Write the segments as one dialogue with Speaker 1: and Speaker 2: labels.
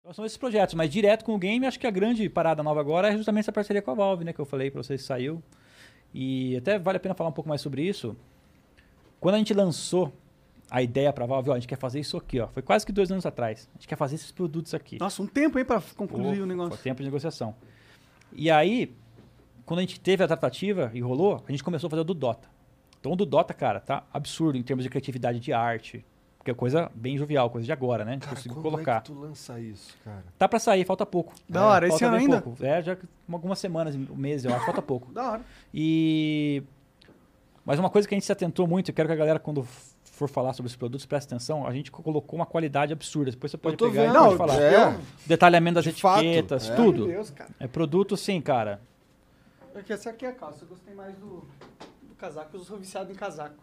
Speaker 1: Então são esses projetos, mas direto com o game, acho que a grande parada nova agora é justamente essa parceria com a Valve, né? Que eu falei pra vocês que saiu. E até vale a pena falar um pouco mais sobre isso. Quando a gente lançou a ideia pra Valve, ó, a gente quer fazer isso aqui, ó. Foi quase que dois anos atrás. A gente quer fazer esses produtos aqui.
Speaker 2: Nossa, um tempo, hein, pra concluir
Speaker 3: um
Speaker 1: Pô,
Speaker 2: o negócio.
Speaker 1: Foi tempo de negociação. E aí, quando a gente teve a tratativa e rolou, a gente começou a fazer o do Dota. Então o do Dota, cara, tá absurdo em termos de criatividade de arte. Porque é coisa bem jovial, coisa de agora, né? A gente
Speaker 3: Cara,
Speaker 1: conseguiu
Speaker 3: quando
Speaker 1: colocar.
Speaker 3: é que tu lança isso, cara?
Speaker 1: Tá pra sair, falta pouco.
Speaker 2: Da hora, esse
Speaker 1: falta
Speaker 2: ano
Speaker 1: bem
Speaker 2: ainda?
Speaker 1: Pouco. É, já algumas semanas, um mês, eu acho, falta pouco.
Speaker 2: Da hora.
Speaker 1: E. Mas uma coisa que a gente se atentou muito, eu quero que a galera, quando f- for falar sobre os produtos, preste atenção, a gente co- colocou uma qualidade absurda. Depois você pode
Speaker 3: eu tô
Speaker 1: pegar
Speaker 3: vendo.
Speaker 1: e pode
Speaker 2: Não,
Speaker 1: falar.
Speaker 3: é.
Speaker 1: Detalhamento das
Speaker 3: De fato,
Speaker 1: etiquetas,
Speaker 3: é.
Speaker 1: tudo.
Speaker 2: Meu Deus, cara.
Speaker 1: É produto sim, cara.
Speaker 2: É que essa aqui é a calça. Eu gostei mais do, do casaco. Eu sou viciado em casaco.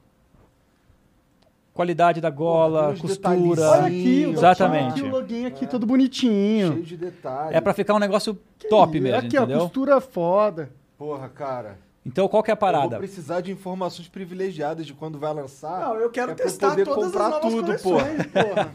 Speaker 1: Qualidade da gola,
Speaker 3: Porra, tem uns
Speaker 1: costura.
Speaker 2: Olha
Speaker 3: detalhezinhos.
Speaker 2: aqui, o
Speaker 1: Exatamente.
Speaker 2: Aqui, o login aqui, todo bonitinho.
Speaker 3: Cheio de detalhes.
Speaker 1: É pra ficar um negócio top
Speaker 2: Ih,
Speaker 1: mesmo,
Speaker 2: Aqui,
Speaker 1: entendeu?
Speaker 2: ó, costura foda.
Speaker 3: Porra, cara.
Speaker 1: Então qual que é a
Speaker 3: Eu vou
Speaker 1: parada?
Speaker 3: precisar de informações privilegiadas de quando vai lançar.
Speaker 2: Não, eu quero
Speaker 3: é pra eu
Speaker 2: testar
Speaker 3: poder
Speaker 2: todas as
Speaker 3: comprar
Speaker 2: novas
Speaker 3: tudo,
Speaker 2: coleções, porra.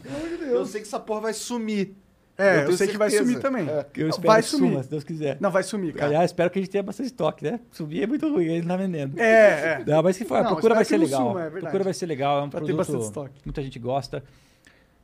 Speaker 2: Pelo amor de
Speaker 3: Eu
Speaker 2: Deus.
Speaker 3: sei que essa porra vai sumir.
Speaker 2: É, eu,
Speaker 3: tenho
Speaker 2: sei que vai
Speaker 3: certeza.
Speaker 2: sumir também.
Speaker 3: É.
Speaker 1: Eu espero
Speaker 2: vai
Speaker 1: que
Speaker 2: sumir.
Speaker 1: suma, se Deus quiser.
Speaker 2: Não, vai sumir, cara.
Speaker 1: Aliás, espero que a gente tenha bastante estoque, né? Subir é muito ruim, ele não tá vendendo.
Speaker 2: É, é.
Speaker 1: Não, mas se for, a
Speaker 2: Não,
Speaker 1: procura vai ser
Speaker 2: espero que não
Speaker 1: legal.
Speaker 2: suma, é
Speaker 1: a
Speaker 2: verdade.
Speaker 1: procura vai ser legal, é um
Speaker 2: Pra ter
Speaker 1: produto
Speaker 2: bastante estoque.
Speaker 1: muita gente gosta.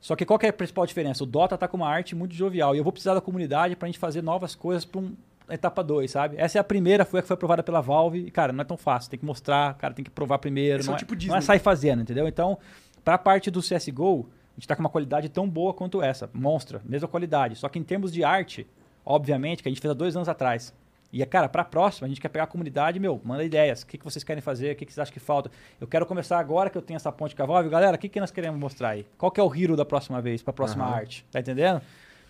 Speaker 1: Só que qual que é a principal diferença? O Dota tá com uma arte muito jovial e eu vou precisar da comunidade pra gente fazer novas coisas pra um etapa 2, sabe? Essa é a primeira, foi a que foi aprovada pela Valve. E, cara, não é tão fácil, tem que mostrar, cara, tem que provar primeiro,
Speaker 2: Esse é
Speaker 1: não,
Speaker 2: o
Speaker 1: é,
Speaker 2: tipo
Speaker 1: não é
Speaker 2: Disney.
Speaker 1: sair fazendo, entendeu? Então, pra parte do CS:GO, a gente tá com uma qualidade tão boa quanto essa, monstra, mesma qualidade, só que em termos de arte, obviamente, que a gente fez há dois anos atrás, e, cara, pra próxima, a gente quer pegar a comunidade, meu, manda ideias. O que, que vocês querem fazer? O que, que vocês acham que falta? Eu quero começar agora que eu tenho essa ponte cavalho. Galera, o que, que nós queremos mostrar aí? Qual que é o hero da próxima vez, pra próxima
Speaker 3: Aham.
Speaker 1: arte? Tá entendendo?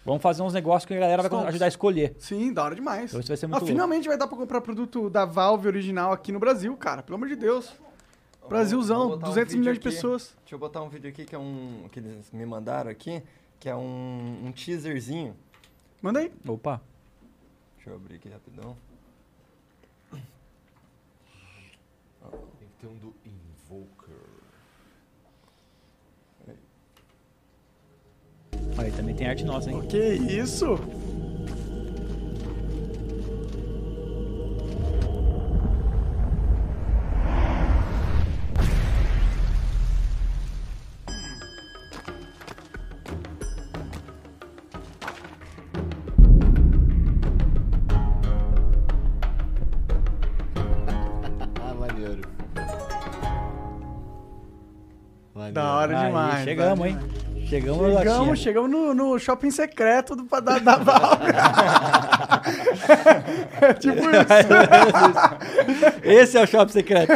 Speaker 1: Vamos fazer uns negócios que a galera vai
Speaker 2: Stonks.
Speaker 1: ajudar a escolher.
Speaker 2: Sim, da hora demais.
Speaker 1: Então isso vai ser
Speaker 2: Ah,
Speaker 1: muito louco.
Speaker 2: finalmente vai dar pra comprar produto da Valve original aqui no Brasil, cara. Pelo amor de Deus.
Speaker 4: Vou
Speaker 2: Brasilzão,
Speaker 4: botar um
Speaker 2: 200
Speaker 4: vídeo
Speaker 2: milhões de
Speaker 4: aqui.
Speaker 2: pessoas.
Speaker 4: Deixa eu botar um vídeo aqui que é um. que eles me mandaram aqui, que é um, um teaserzinho.
Speaker 2: Manda aí.
Speaker 1: Opa.
Speaker 4: Deixa eu abrir aqui rapidão.
Speaker 3: Tem que ter um do Invoker.
Speaker 1: Aí também tem arte nossa, hein?
Speaker 2: Que isso?
Speaker 5: Ah, maneiro. Maneiro.
Speaker 2: Da hora
Speaker 1: Aí,
Speaker 2: demais.
Speaker 1: chegamos,
Speaker 2: da hora
Speaker 1: hein?
Speaker 2: demais.
Speaker 1: Chegamos,
Speaker 2: Chegamos,
Speaker 1: Latinha.
Speaker 2: chegamos no, no shopping secreto do, da, da Valve. é tipo isso.
Speaker 1: Esse é o shopping secreto.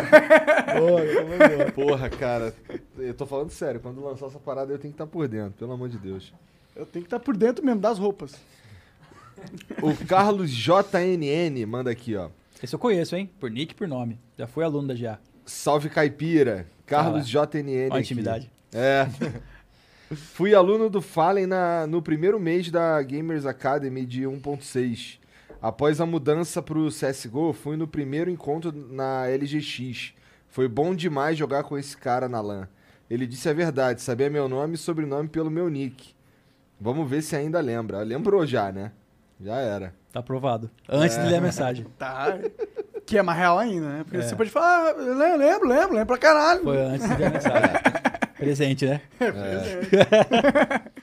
Speaker 1: Boa,
Speaker 3: Porra, cara. Eu tô falando sério. Quando lançar essa parada, eu tenho que estar por dentro. Pelo amor de Deus.
Speaker 2: Eu tenho que estar por dentro mesmo das roupas.
Speaker 3: O Carlos JNN manda aqui, ó.
Speaker 1: Esse eu conheço, hein? Por nick e por nome. Já fui aluno da GA.
Speaker 3: Salve Caipira. Carlos JNN.
Speaker 1: Ó a
Speaker 3: aqui.
Speaker 1: intimidade.
Speaker 3: É. Fui aluno do Fallen na, no primeiro mês da Gamers Academy de 1.6. Após a mudança pro CSGO, fui no primeiro encontro na LGX. Foi bom demais jogar com esse cara na LAN. Ele disse a verdade, sabia meu nome e sobrenome pelo meu nick. Vamos ver se ainda lembra. Lembrou já, né? Já era.
Speaker 1: Tá aprovado. Antes
Speaker 2: É.
Speaker 1: de ler a mensagem.
Speaker 2: Tá. Que é mais real ainda, né? Porque
Speaker 1: É.
Speaker 2: você pode falar, ah, eu lembro, lembro, lembro pra caralho.
Speaker 1: né? Foi
Speaker 2: É,
Speaker 1: antes de ler a mensagem. Presente, né?
Speaker 2: Pois é.